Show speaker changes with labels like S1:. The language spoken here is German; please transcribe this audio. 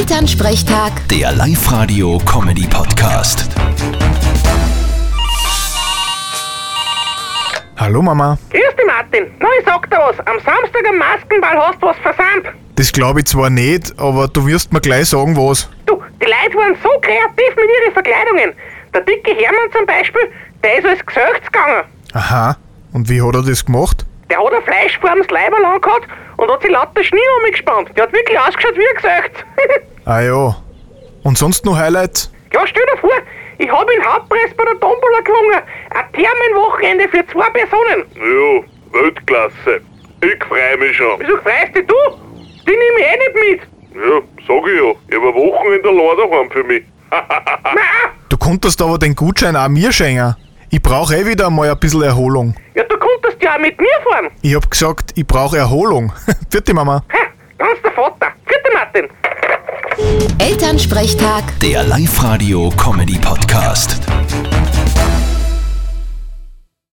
S1: Elternsprechtag,
S2: Der Live-Radio-Comedy-Podcast.
S3: Hallo Mama,
S4: Grüß dich, Martin. Na, ich sag dir was. Am Samstag am Maskenball hast du was versäumt.
S3: das glaube ich zwar nicht, aber du wirst mir gleich sagen, was.
S4: Du, die Leute waren so kreativ mit ihren Verkleidungen. Der dicke Hermann zum Beispiel, der ist als Gesöchts gegangen.
S3: Aha, und wie hat er das gemacht?
S4: Der hat ein fleischfarbenes Leiberl angehabt und hat sich lauter Schnee umgespannt. Der hat wirklich ausgeschaut wie ein Gesöchts.
S3: Ah ja. Und sonst noch Highlights?
S4: ja, stell dir vor, ich hab ihn Hauptpreis bei der Tombola gewonnen. Ein Thermenwochenende für zwei Personen.
S5: Ja, Weltklasse. Ich freue mich schon.
S4: Wieso freust dich du? Die nehm ich eh nicht mit.
S5: Ja, sag ich ja. Ich habe Wochenende allein daheim für mich.
S4: Nein,
S3: Du konntest aber den Gutschein auch mir schenken. Ich brauche eh wieder mal ein bisschen Erholung.
S4: ja, du konntest ja auch mit mir fahren.
S3: Ich hab gesagt, ich brauche Erholung. Vierte Mama.
S4: Ha, ganz der Vater. Vierte Martin.
S1: Elternsprechtag.
S2: Der Live-Radio-Comedy-Podcast.